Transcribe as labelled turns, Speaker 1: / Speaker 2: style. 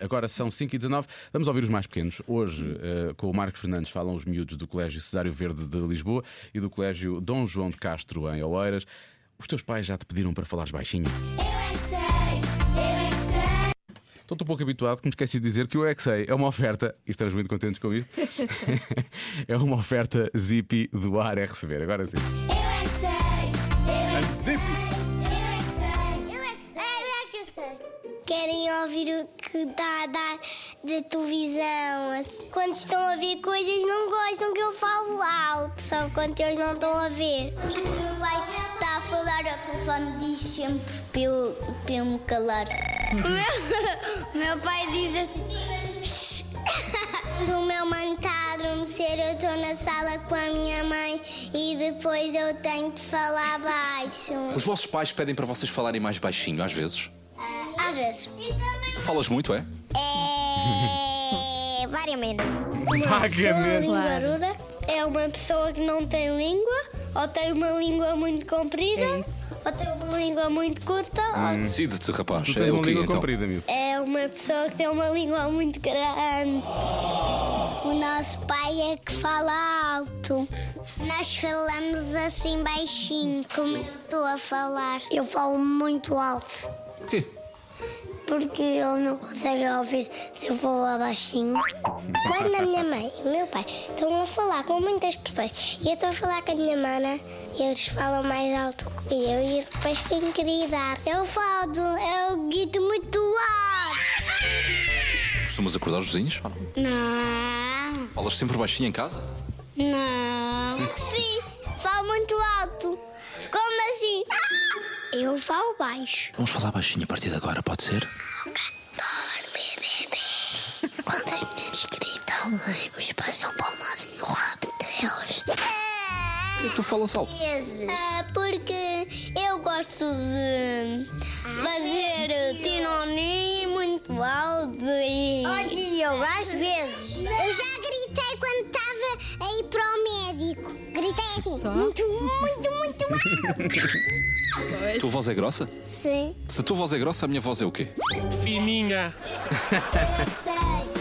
Speaker 1: Agora são 5h19. Vamos ouvir os mais pequenos. Hoje,
Speaker 2: Hum.
Speaker 1: eh, com o Marcos Fernandes, falam os miúdos do Colégio Cesário Verde de Lisboa e do Colégio Dom João de Castro, em Oeiras. Os teus pais já te pediram para falares baixinho? Estou tão um pouco habituado que me esqueci de dizer que o XA é uma oferta, e estamos muito contentes com isto, é uma oferta Zippy do ar é receber. Agora sim.
Speaker 3: Querem ouvir o que está a dar da televisão. assim. Quando estão a ver coisas, não gostam que eu falo alto, só quando eles não estão a ver. O meu pai está a falar ao telefone diz sempre para eu, me calar. meu, pai diz assim. Do meu mano está a adormecer, eu estou na sala com a minha mãe e depois eu tenho de falar baixo.
Speaker 2: Os vossos pais pedem para vocês falarem mais baixinho, às vezes.
Speaker 3: Ah, Às vezes.
Speaker 2: Tu falas muito, é?
Speaker 3: É. Variamente.
Speaker 1: Vagamente.
Speaker 3: língua aruda é uma pessoa que não tem língua, ou tem uma língua muito comprida,
Speaker 4: É isso.
Speaker 3: ou tem uma língua muito curta. ou-
Speaker 2: Decide-te, rapaz.
Speaker 1: Tu tens
Speaker 2: é o
Speaker 1: uma
Speaker 2: quê,
Speaker 1: língua
Speaker 2: então?
Speaker 1: comprida, amigo.
Speaker 3: É uma pessoa que tem uma língua muito grande. O nosso pai é que fala alto. Nós falamos assim baixinho, como eu estou a falar. Eu falo muito alto.
Speaker 2: O quê?
Speaker 3: Porque eu não consegue ouvir se eu for lá baixinho. Quando a minha mãe e o meu pai estão a falar com muitas pessoas e eu estou a falar com a minha mana, eles falam mais alto que eu e eu depois fico gritar. Eu falo, eu grito muito alto.
Speaker 2: Costumas acordar os vizinhos? ou não?
Speaker 3: Não,
Speaker 2: Falas sempre baixinho em casa?
Speaker 3: não. Sim, falo muito alto. Como assim? Eu falo baixo.
Speaker 2: Vamos falar baixinho a partir de agora, pode ser?
Speaker 3: Dorme, bebê. Quando as meninas gritam, os pais são palmados no rabo deles.
Speaker 2: Tu falas alto.
Speaker 3: É porque eu gosto de Ah, fazer tinoninho muito alto e. Onde eu, às vezes. Eu já gritei quando estava a ir para o médico. Gritei assim,
Speaker 4: Só?
Speaker 3: muito, muito, muito alto.
Speaker 2: A tua voz é grossa?
Speaker 3: Sim.
Speaker 2: Se a tua voz é grossa, a minha voz é o quê?
Speaker 5: Fininha.
Speaker 3: Sei, é é